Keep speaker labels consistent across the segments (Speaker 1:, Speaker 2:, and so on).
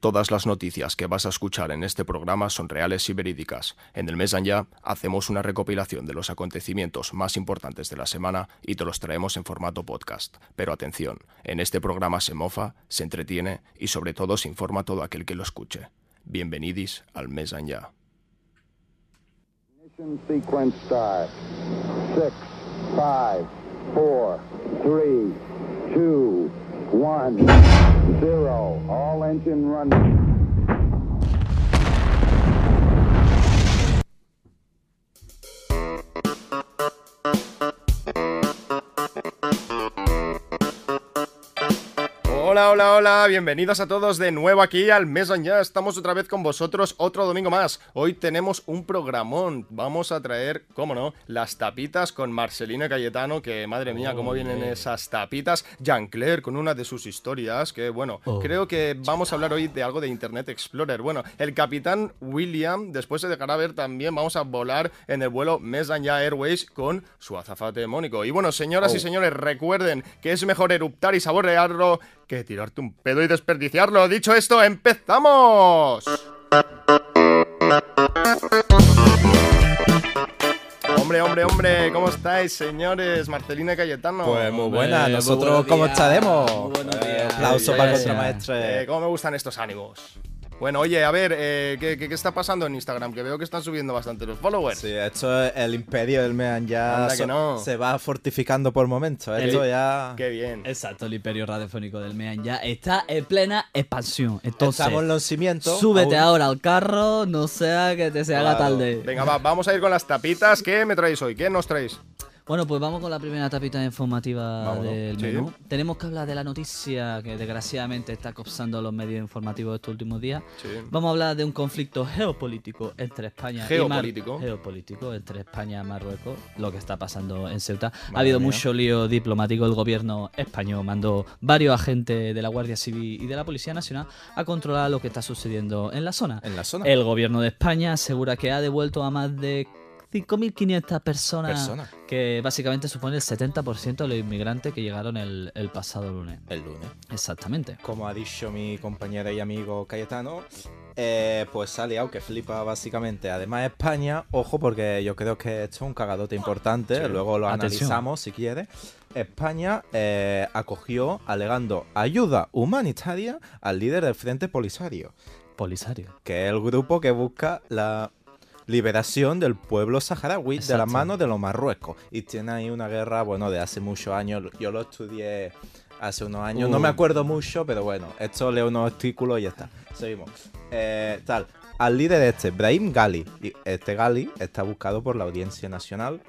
Speaker 1: Todas las noticias que vas a escuchar en este programa son reales y verídicas. En el mes ya hacemos una recopilación de los acontecimientos más importantes de la semana y te los traemos en formato podcast. Pero atención, en este programa se mofa, se entretiene y sobre todo se informa a todo aquel que lo escuche. Bienvenidis al mes ya.
Speaker 2: Ignition sequence start. Six, five, four, three, two, one, zero. All engine running.
Speaker 1: Hola, hola, hola, bienvenidos a todos de nuevo aquí al Mes en Ya. Estamos otra vez con vosotros, otro domingo más. Hoy tenemos un programón. Vamos a traer, cómo no, las tapitas con Marcelino Cayetano, que madre mía, cómo vienen esas tapitas. Jean-Claire con una de sus historias, que bueno, creo que vamos a hablar hoy de algo de Internet Explorer. Bueno, el capitán William, después se dejará ver también, vamos a volar en el vuelo Mes en Ya Airways con su azafate Mónico. Y bueno, señoras y señores, recuerden que es mejor eruptar y saborearlo que tirarte un pedo y desperdiciarlo. Dicho esto, empezamos. Hombre, hombre, hombre, ¿cómo estáis, señores? Marcelina y Cayetano.
Speaker 3: Pues muy buena,
Speaker 4: muy
Speaker 3: nosotros
Speaker 4: buenos
Speaker 3: como Eh,
Speaker 4: días,
Speaker 3: estaremos.
Speaker 4: muy buenos días.
Speaker 3: Aplauso para el
Speaker 4: Gracias.
Speaker 3: contramaestre.
Speaker 1: Eh, ¿Cómo me gustan estos ánimos? Bueno, oye, a ver, eh, ¿qué, qué, qué está pasando en Instagram? Que veo que están subiendo bastante los followers.
Speaker 3: Sí, esto es el imperio del Mean ya
Speaker 1: Anda que
Speaker 3: so-
Speaker 1: no.
Speaker 3: se va fortificando por momentos. ¿eh? Esto
Speaker 4: El-
Speaker 3: ya
Speaker 1: Qué bien.
Speaker 4: Exacto, el imperio radiofónico del MEAN ya está en plena expansión. Entonces,
Speaker 3: estamos en los cimientos.
Speaker 4: súbete
Speaker 3: aún.
Speaker 4: ahora al carro, no sea que te se haga
Speaker 3: Claro.
Speaker 4: tarde.
Speaker 1: Venga, va, vamos a ir con las tapitas. ¿Qué me traéis hoy? ¿Qué nos traéis?
Speaker 4: Bueno, pues vamos con la primera tapita informativa
Speaker 1: Vámonos,
Speaker 4: del
Speaker 1: sí.
Speaker 4: menú. Tenemos que hablar de la noticia que desgraciadamente está copsando los medios informativos estos últimos días.
Speaker 1: Sí.
Speaker 4: Vamos a hablar de un conflicto geopolítico entre España y Mar-
Speaker 1: Geopolítico.
Speaker 4: geopolítico entre España y Marruecos, lo que está pasando en Ceuta. ha habido mucho lío diplomático. El gobierno español mandó varios agentes de la Guardia Civil y de la Policía Nacional a controlar lo que está sucediendo en la zona.
Speaker 3: En la zona.
Speaker 4: El gobierno de España asegura que ha devuelto a más de 5.500 personas,
Speaker 3: Personas.
Speaker 4: que básicamente supone el 70% de los inmigrantes que llegaron el, el pasado lunes.
Speaker 3: El lunes.
Speaker 4: Exactamente.
Speaker 3: Como ha dicho mi compañero y amigo Cayetano, eh, pues se ha liado que flipa básicamente. Además, España, ojo, porque yo creo que esto es un cagadote importante. Luego lo
Speaker 4: Atención.
Speaker 3: analizamos si quieres. España eh, acogió, alegando ayuda humanitaria, al líder del Frente Polisario.
Speaker 4: Polisario.
Speaker 3: que es el grupo que busca la liberación del pueblo saharaui de las
Speaker 4: Exacto.
Speaker 3: manos de los marruecos. Y tiene ahí una guerra, bueno, de hace muchos años. Yo lo estudié hace unos años, no me acuerdo mucho, pero bueno, esto leo unos artículos y ya está. Seguimos. Eh, tal, al líder este, Brahim Gali. Y Este Gali está buscado por la Audiencia Nacional.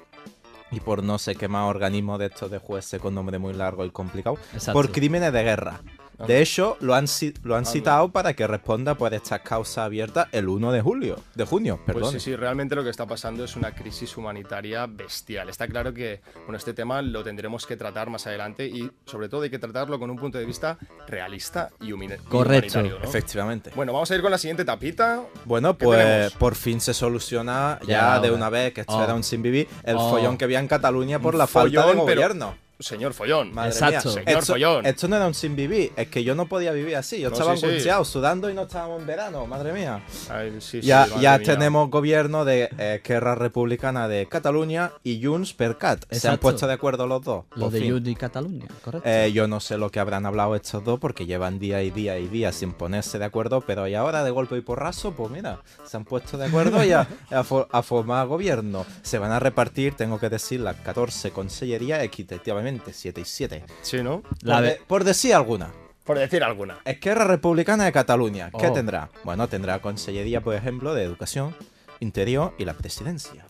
Speaker 3: Y por no sé qué más organismo de estos de jueces con nombre muy largo y complicado
Speaker 4: Exacto.
Speaker 3: por crímenes de guerra. De hecho, lo han, ci- lo
Speaker 1: Ah,
Speaker 3: han citado para que responda por estas causas abiertas el 1 de julio. De junio, perdón.
Speaker 1: Pues sí, sí, realmente lo que está pasando es una crisis humanitaria bestial. Está claro que bueno, este tema lo tendremos que tratar más adelante y sobre todo hay que tratarlo con un punto de vista realista y humine- y
Speaker 4: Correcto.
Speaker 1: humanitario. ¿no?
Speaker 3: Efectivamente.
Speaker 1: Bueno, vamos a ir con la siguiente tapita.
Speaker 3: Bueno,
Speaker 1: ¿Qué
Speaker 3: pues
Speaker 1: tenemos?
Speaker 3: por fin se soluciona ya,
Speaker 4: Ya,
Speaker 3: de
Speaker 4: ahora.
Speaker 3: una vez que esto
Speaker 4: Oh.
Speaker 3: era un sin vivir el
Speaker 4: Oh.
Speaker 3: follón que había en Cataluña por
Speaker 1: Ah. Un
Speaker 3: la falta de
Speaker 1: follón, pero-
Speaker 3: gobierno.
Speaker 1: Señor Follón.
Speaker 3: Madre
Speaker 4: Exacto.
Speaker 3: mía.
Speaker 1: Señor
Speaker 3: esto,
Speaker 1: follón.
Speaker 3: esto no era un sin vivir, es que yo no podía vivir así. Yo
Speaker 1: No,
Speaker 3: estaba
Speaker 1: sí, sí.
Speaker 3: angustiado, sudando y no estábamos en verano, madre mía.
Speaker 1: Ay, sí, sí,
Speaker 3: Ya,
Speaker 1: madre
Speaker 3: ya
Speaker 1: mía.
Speaker 3: tenemos gobierno de eh, Esquerra Republicana de Cataluña y Junts per Cat. Se han
Speaker 4: Exacto.
Speaker 3: puesto de acuerdo los dos.
Speaker 4: Lo
Speaker 3: por
Speaker 4: de
Speaker 3: fin.
Speaker 4: Judy y Cataluña, correcto.
Speaker 3: Eh, yo no sé lo que habrán hablado estos dos porque llevan día y día y día sin ponerse de acuerdo, pero y ahora de golpe y porrazo, pues mira, se han puesto de acuerdo y a, a fo- a formar gobierno. Se van a repartir, tengo que decir, las 14 consellerías equitativamente, 7 y 7.
Speaker 1: Sí, ¿no?
Speaker 4: La
Speaker 3: por,
Speaker 4: ve-
Speaker 3: de- por decir alguna.
Speaker 1: Por decir alguna.
Speaker 3: Esquerra Republicana de Cataluña, ¿qué
Speaker 4: Oh.
Speaker 3: tendrá? Bueno, tendrá consellería, por ejemplo, de Educación, Interior y la Presidencia.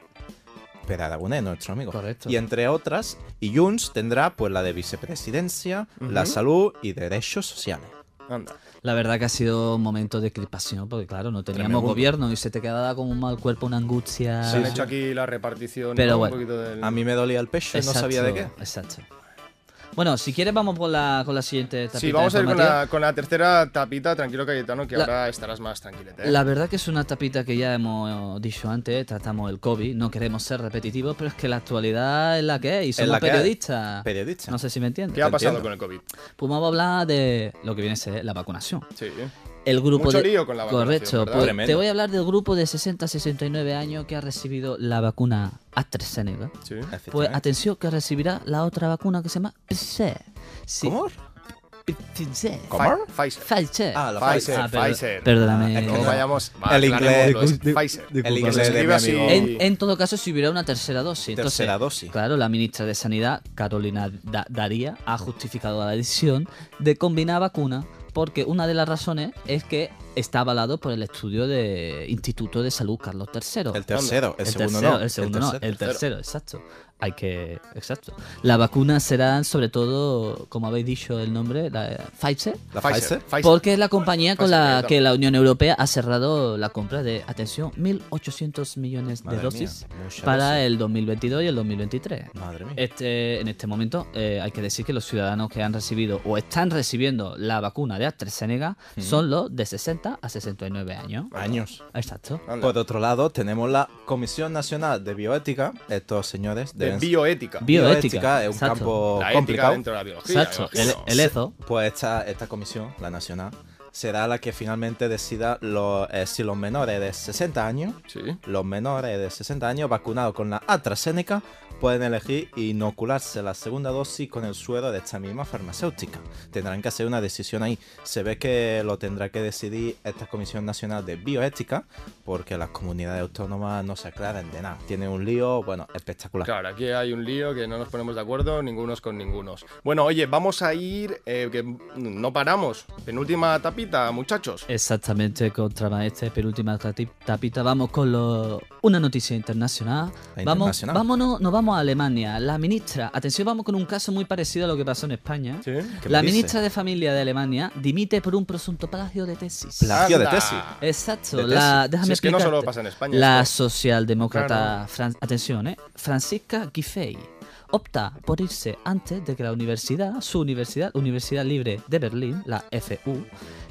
Speaker 3: Pero Aragonés, nuestro amigo.
Speaker 4: Correcto.
Speaker 3: Y entre otras, y Junts tendrá pues la de Vicepresidencia, la Salud y Derechos Sociales.
Speaker 1: Anda.
Speaker 4: La verdad que ha sido un momento de crispación, porque claro, no teníamos
Speaker 3: Tremendo.
Speaker 4: gobierno y se te quedaba como un mal cuerpo, una
Speaker 3: Ah,
Speaker 4: angustia.
Speaker 1: Se han hecho aquí la repartición.
Speaker 4: Pero
Speaker 1: ¿no?
Speaker 4: bueno.
Speaker 1: un poquito del...
Speaker 3: A mí me dolía el pecho y no
Speaker 4: Exacto,
Speaker 3: sabía de qué.
Speaker 4: Exacto. Bueno, si quieres vamos con la, con la siguiente tapita
Speaker 1: Sí, vamos a ir con
Speaker 4: informativa.
Speaker 1: la, con la tercera tapita, tranquilo Cayetano, que
Speaker 4: La-
Speaker 1: ahora estarás más tranquilete. ¿eh?
Speaker 4: La verdad que es una tapita que ya hemos eh, dicho antes, tratamos el COVID, no queremos ser repetitivos, pero es que la actualidad es la que es y somos
Speaker 3: la que es.
Speaker 4: periodistas.
Speaker 3: Periodista.
Speaker 4: No sé si me entiendes.
Speaker 1: ¿Qué ha pasado
Speaker 3: entiendo.
Speaker 1: con el COVID?
Speaker 4: Pues vamos a hablar de lo que viene a ser la vacunación.
Speaker 1: Sí.
Speaker 4: El grupo
Speaker 1: Mucho
Speaker 4: de...
Speaker 1: lío con la vacunación,
Speaker 4: Correcto.
Speaker 1: ¿verdad?
Speaker 4: pues te
Speaker 3: Tremendo.
Speaker 4: voy a hablar del grupo de 60-69 años que ha recibido la vacuna AstraZeneca.
Speaker 1: Sí.
Speaker 4: Pues
Speaker 3: Efectivamente.
Speaker 4: atención que recibirá la otra vacuna que se llama Pfizer. Sí,
Speaker 3: ¿Cómo?
Speaker 4: Pfizer.
Speaker 3: ¿Cómo?
Speaker 1: Fi- Pfizer.
Speaker 4: Pfizer.
Speaker 3: Ah, la
Speaker 1: Pfizer.
Speaker 4: Ah, perdo-
Speaker 1: Pfizer.
Speaker 4: Perdóname.
Speaker 3: Ah, es que
Speaker 1: Eh, No vayamos
Speaker 3: El
Speaker 1: aclarémoslo,
Speaker 3: inglés-
Speaker 1: es
Speaker 3: di-
Speaker 1: Pfizer.
Speaker 3: di-
Speaker 1: Que se
Speaker 3: disculpa.
Speaker 1: escribe así.
Speaker 3: de mi
Speaker 4: En, en todo caso, si hubiera una tercera dosis. Entonces,
Speaker 3: Tercera dosis.
Speaker 4: Claro, la ministra de Sanidad, Carolina Da- Daría, ha justificado la decisión de combinar vacuna porque una de las razones es que está avalado por el estudio de Instituto de Salud Carlos III.
Speaker 3: El tercero, el,
Speaker 4: El
Speaker 3: segundo
Speaker 4: tercero,
Speaker 3: no.
Speaker 4: el segundo no,
Speaker 3: tercero.
Speaker 4: el tercero, exacto. Hay que. Exacto. La vacuna será, sobre todo, como habéis dicho el nombre, la, eh, Pfizer.
Speaker 3: ¿La
Speaker 1: Pfizer.
Speaker 3: Pfizer?
Speaker 1: Pfizer.
Speaker 4: Porque es la compañía con
Speaker 1: Pfizer,
Speaker 4: la
Speaker 1: perdón.
Speaker 4: que la Unión Europea ha cerrado la compra de, atención, 1.800 millones de
Speaker 3: Madre
Speaker 4: dosis
Speaker 3: mía, mucha
Speaker 4: para
Speaker 3: dosis.
Speaker 4: el 2022 y el 2023.
Speaker 3: Madre mía.
Speaker 4: Este, en este momento eh, hay que decir que los ciudadanos que han recibido o están recibiendo la vacuna de AstraZeneca son los de 60 a 69 años.
Speaker 3: Años.
Speaker 4: Exacto.
Speaker 1: Anda.
Speaker 3: Por otro lado, tenemos la Comisión Nacional de Bioética. Estos señores
Speaker 1: De
Speaker 3: deben-
Speaker 1: bioética.
Speaker 4: Bioética,
Speaker 3: es un
Speaker 4: exacto.
Speaker 3: campo
Speaker 1: la ética
Speaker 3: complicado.
Speaker 1: dentro de la biología.
Speaker 4: Exacto.
Speaker 1: me
Speaker 4: El,
Speaker 1: imagino.
Speaker 4: el EZO.
Speaker 3: Pues esta, esta comisión, la nacional, será la que finalmente decida los, eh, si los menores de 60 años,
Speaker 1: Sí.
Speaker 3: los menores de 60 años vacunados con la AstraZeneca, pueden elegir inocularse la segunda dosis con el suero de esta misma farmacéutica. Tendrán que hacer una decisión ahí. Se ve que lo tendrá que decidir esta Comisión Nacional de Bioética, porque las comunidades autónomas no se aclaran de nada. Tienen un lío, bueno, espectacular.
Speaker 1: Claro, aquí hay un lío que no nos ponemos de acuerdo, ningunos con ningunos. Bueno, oye, vamos a ir, eh, que no paramos. Penúltima tapita, muchachos.
Speaker 4: Exactamente, contramaestre, penúltima tati- tapita. Vamos con lo- una noticia internacional.
Speaker 3: La
Speaker 4: Vamos,
Speaker 3: internacional.
Speaker 4: vámonos, nos vamos a Alemania. La ministra, atención, vamos con un caso muy parecido a lo que pasó en España.
Speaker 1: Sí.
Speaker 3: ¿Qué me
Speaker 4: La
Speaker 3: dice?
Speaker 4: ministra de Familia de Alemania dimite por un presunto plagio de tesis.
Speaker 3: Plagio de
Speaker 1: Anda.
Speaker 3: tesis.
Speaker 4: Exacto,
Speaker 3: de
Speaker 4: la,
Speaker 3: tesis.
Speaker 4: déjame
Speaker 1: Si es que no
Speaker 4: explicarte.
Speaker 1: solo pasa en España
Speaker 4: La
Speaker 1: esto.
Speaker 4: socialdemócrata,
Speaker 1: Claro.
Speaker 4: Fran- atención, eh, Francisca Giffey opta por irse antes de que la universidad, su universidad, Universidad Libre de Berlín, la FU,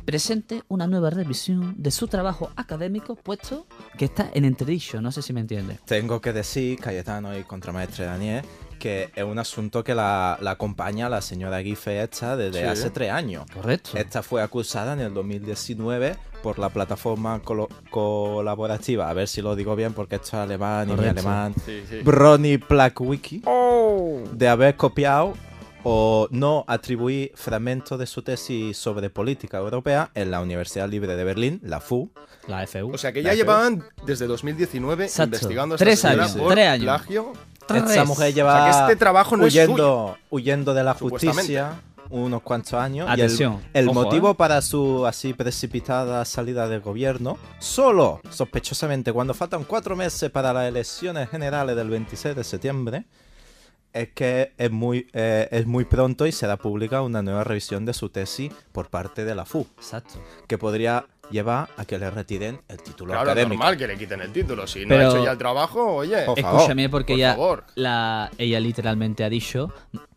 Speaker 4: presente una nueva revisión de su trabajo académico, puesto que está en entredicho, no sé si me entiendes.
Speaker 3: Tengo que decir, Cayetano y contramaestre Daniel, que es un asunto que la, la acompaña la señora Gife esta desde
Speaker 1: Sí.
Speaker 3: hace tres años.
Speaker 4: Correcto.
Speaker 3: Esta fue acusada en el 2019 por la plataforma colo- colaborativa, a ver si lo digo bien porque esto es alemán y mi
Speaker 4: Correcto.
Speaker 3: alemán,
Speaker 1: Sí, sí.
Speaker 3: Brony Plagwiki,
Speaker 1: Oh.
Speaker 3: de haber copiado o no atribuir fragmentos de su tesis sobre política europea en la Universidad Libre de Berlín, la FU,
Speaker 4: La FU.
Speaker 1: O sea que
Speaker 3: La
Speaker 1: ya
Speaker 3: FU.
Speaker 1: llevaban desde 2019
Speaker 4: Exacto.
Speaker 1: investigando a
Speaker 4: Tres
Speaker 1: esta señora
Speaker 4: años,
Speaker 1: por
Speaker 4: tres años.
Speaker 1: plagio.
Speaker 4: Tres.
Speaker 3: Esta mujer
Speaker 1: O
Speaker 3: lleva
Speaker 1: sea, que este trabajo no es
Speaker 3: huyendo, huyendo de la
Speaker 1: Supuestamente.
Speaker 3: justicia unos cuantos años.
Speaker 4: Atención,
Speaker 3: Y el- el,
Speaker 4: ojo,
Speaker 3: motivo
Speaker 4: ¿eh?
Speaker 3: para su así precipitada salida del gobierno, solo sospechosamente cuando faltan cuatro meses para las elecciones generales del 26 de septiembre, es que es muy, eh, es muy pronto y será pública una nueva revisión de su tesis por parte de la FU,
Speaker 4: Exacto.
Speaker 3: que podría llevar a que le retiren el título
Speaker 1: Claro,
Speaker 3: académico.
Speaker 1: normal que le quiten el título. Si
Speaker 4: Pero-
Speaker 1: no ha hecho ya el trabajo, oye.
Speaker 3: Por favor,
Speaker 4: Escúchame porque
Speaker 1: por
Speaker 4: ella,
Speaker 1: favor.
Speaker 4: la- ella literalmente ha dicho,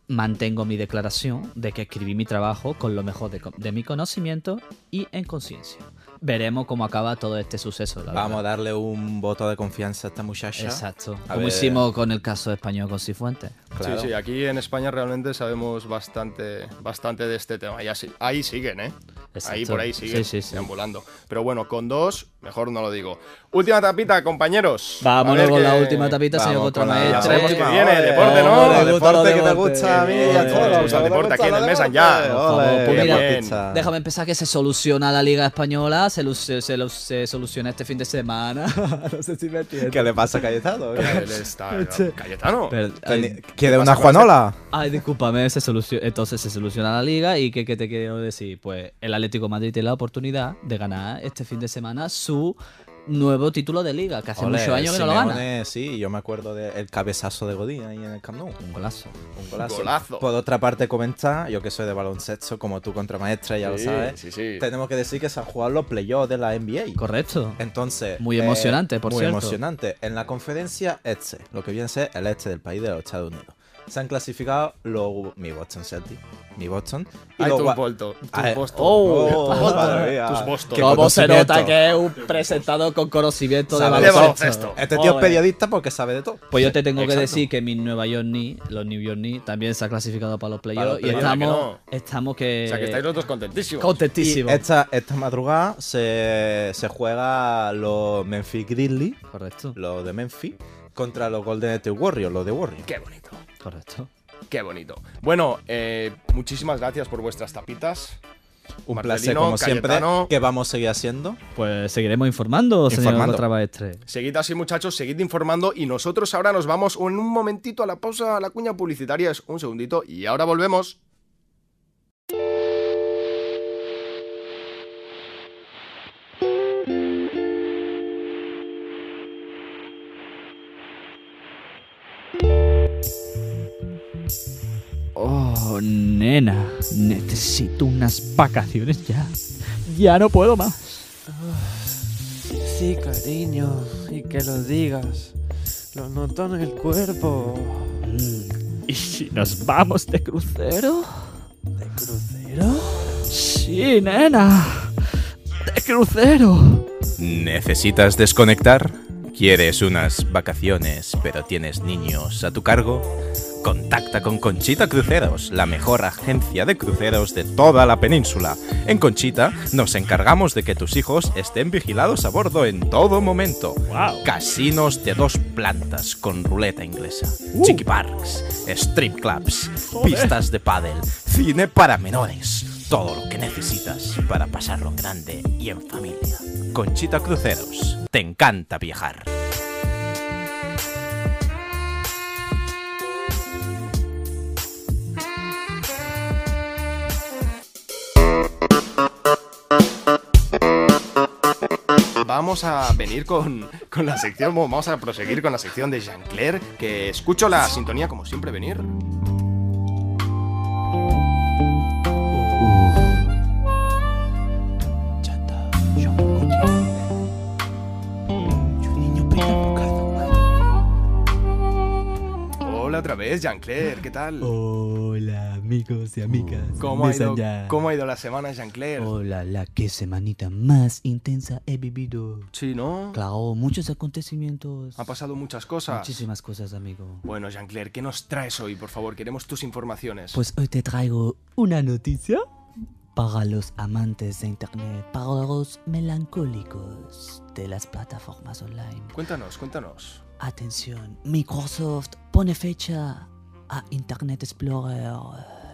Speaker 4: mantengo mi declaración de que escribí mi trabajo con lo mejor de, co- de mi conocimiento y en conciencia. Veremos cómo acaba todo este suceso. la
Speaker 3: Vamos a
Speaker 4: verdad.
Speaker 3: darle un voto de confianza a esta muchacha.
Speaker 4: Exacto.
Speaker 3: A
Speaker 4: como
Speaker 3: ver.
Speaker 4: hicimos con el caso español con Cifuentes.
Speaker 3: Claro.
Speaker 1: Sí, sí, aquí en España realmente sabemos bastante, bastante de este tema. Y así, ahí siguen, ¿eh?
Speaker 4: Exacto.
Speaker 1: Ahí por ahí siguen,
Speaker 4: Sí, sí, sí.
Speaker 1: deambulando. Pero bueno, con dos, mejor no lo digo. Última tapita, compañeros. A
Speaker 4: Vámonos
Speaker 1: ver
Speaker 4: con la
Speaker 1: que-
Speaker 4: última tapita, señor
Speaker 3: Vamos con la-
Speaker 1: Ya
Speaker 4: contramaestre.
Speaker 1: sabemos que
Speaker 3: Ole,
Speaker 1: viene,
Speaker 3: ole,
Speaker 1: deporte,
Speaker 3: ole,
Speaker 1: ¿no?
Speaker 3: ole, Deporte que te
Speaker 4: deporte.
Speaker 3: gusta a mí,
Speaker 4: Ole,
Speaker 3: a todos.
Speaker 4: nos gusta el
Speaker 3: Ole,
Speaker 1: deporte aquí en el
Speaker 3: ole,
Speaker 1: Messenger.
Speaker 3: ole,
Speaker 4: Por favor, pues mira,
Speaker 3: bien.
Speaker 1: pizza.
Speaker 4: Déjame empezar que se soluciona la Liga Española, se, lu- se, se lu- se soluciona este fin de semana. no sé si me entiendes.
Speaker 3: ¿Qué le pasa a Cayetano?
Speaker 1: Él está- Cayetano.
Speaker 4: Pero-
Speaker 3: Teni-
Speaker 4: ay,
Speaker 3: ¿Quiere una Juanola?
Speaker 4: Ay, discúlpame, se solucio- entonces se soluciona la liga y ¿qué, qué te quiero decir? Pues el Atlético de Madrid tiene la oportunidad de ganar este fin de semana su nuevo título de liga, que hace
Speaker 3: Ole,
Speaker 4: muchos años que no lo
Speaker 3: Simeone,
Speaker 4: gana.
Speaker 3: Sí, yo me acuerdo del cabezazo de Godín ahí en el Camp Nou.
Speaker 4: Un golazo.
Speaker 3: Un golazo.
Speaker 1: Golazo.
Speaker 3: Por otra parte, comenta, yo que soy de baloncesto, como tú contramaestra, ya lo
Speaker 1: Sí,
Speaker 3: sabes.
Speaker 1: sí, sí.
Speaker 3: Tenemos que decir que se han jugado los playoffs de la NBA.
Speaker 4: Correcto.
Speaker 3: Entonces. eh,
Speaker 4: Muy emocionante, por
Speaker 3: muy
Speaker 4: cierto.
Speaker 3: emocionante. En la conferencia este, lo que viene a ser el este del país de los Estados Unidos. se han clasificado los, mi Boston Celtics, mi Boston. y
Speaker 1: Ay,
Speaker 3: los
Speaker 1: tus
Speaker 3: Wa-
Speaker 1: Bolton. Tus
Speaker 3: Ay,
Speaker 1: Boston.
Speaker 3: oh,
Speaker 1: Tus
Speaker 3: madre mía.
Speaker 1: Boston. Tus
Speaker 3: Qué
Speaker 1: Boston.
Speaker 4: Como se
Speaker 3: conocimiento.
Speaker 4: nota que es un presentado con conocimiento de
Speaker 3: Sabe
Speaker 1: de
Speaker 4: baloncesto.
Speaker 1: baloncesto.
Speaker 3: Este tío es
Speaker 4: Joder.
Speaker 3: periodista porque sabe de todo.
Speaker 4: Pues yo te tengo
Speaker 1: Exacto.
Speaker 4: que decir que mis Nueva York Knicks, los New York Knicks, también se ha clasificado para los
Speaker 3: Para
Speaker 4: playoffs
Speaker 3: los
Speaker 4: y
Speaker 3: playoffs,
Speaker 4: estamos
Speaker 1: que
Speaker 4: estamos que
Speaker 1: O sea, que estáis los dos contentísimos.
Speaker 4: contentísimos.
Speaker 3: Esta, esta madrugada se, se juega los Memphis Grizzlies,
Speaker 4: Correcto,
Speaker 3: los de Memphis, contra los Golden State Warriors, los de Warriors.
Speaker 1: Qué bonito.
Speaker 4: correcto.
Speaker 1: Qué bonito. Bueno, eh, muchísimas gracias por vuestras tapitas.
Speaker 3: Un placer,
Speaker 1: Marcelino,
Speaker 3: como
Speaker 1: Cayetano.
Speaker 3: siempre, que vamos a seguir haciendo.
Speaker 4: Pues seguiremos informando, señor
Speaker 3: Informando.
Speaker 4: Contrabaestre.
Speaker 1: Seguid así, muchachos, seguid informando. Y nosotros ahora nos vamos en un momentito a la pausa, a la cuña publicitaria. Es un segundito y ahora volvemos.
Speaker 4: Oh, nena, necesito unas vacaciones ya. Ya no puedo más.
Speaker 5: Sí, cariño, y que lo digas. Lo noto en el cuerpo.
Speaker 4: ¿Y si nos vamos de crucero?
Speaker 5: ¿De crucero?
Speaker 4: Sí, nena. De crucero.
Speaker 3: ¿Necesitas desconectar? ¿Quieres unas vacaciones pero tienes niños a tu cargo? Contacta con Conchita Cruceros, la mejor agencia de cruceros de toda la península. En Conchita nos encargamos de que tus hijos estén vigilados a bordo en todo momento. Casinos de dos plantas con ruleta inglesa, chiqui parks, strip clubs, pistas de pádel, cine para menores. Todo lo que necesitas para pasarlo en grande y en familia. Conchita Cruceros, te encanta viajar.
Speaker 1: Vamos a venir con, con la sección, bueno, vamos a proseguir con la sección de Jean-Claire, que escucho la sintonía como siempre venir. Hola otra vez, Jean-Claire, ¿qué tal?
Speaker 6: Hola amigos y amigas.
Speaker 1: Uh, ¿Cómo ha,
Speaker 6: Besan
Speaker 1: ido,
Speaker 6: ya.
Speaker 1: ¿Cómo ha ido la semana, Jean-Claire?
Speaker 6: Hola, la que semanita más intensa he vivido.
Speaker 1: Sí, ¿no?
Speaker 6: Claro, muchos acontecimientos.
Speaker 1: Ha pasado muchas cosas.
Speaker 6: Muchísimas cosas, amigo.
Speaker 1: Bueno, Jean-Claire, ¿qué nos traes hoy? Por favor, queremos tus informaciones.
Speaker 6: Pues hoy te traigo una noticia para los amantes de internet, para los melancólicos de las plataformas online.
Speaker 1: Cuéntanos, cuéntanos.
Speaker 6: Atención, Microsoft pone fecha a Internet Explorer